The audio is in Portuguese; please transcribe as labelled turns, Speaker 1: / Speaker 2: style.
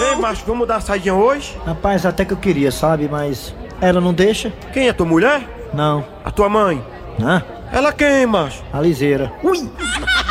Speaker 1: Ei, macho, vamos dar saidinha hoje?
Speaker 2: Rapaz, até que eu queria, sabe? Mas ela não deixa?
Speaker 1: Quem é tua mulher?
Speaker 2: Não.
Speaker 1: A tua mãe?
Speaker 2: Hã?
Speaker 1: Ela quem, macho?
Speaker 2: A liseira.
Speaker 1: Ui!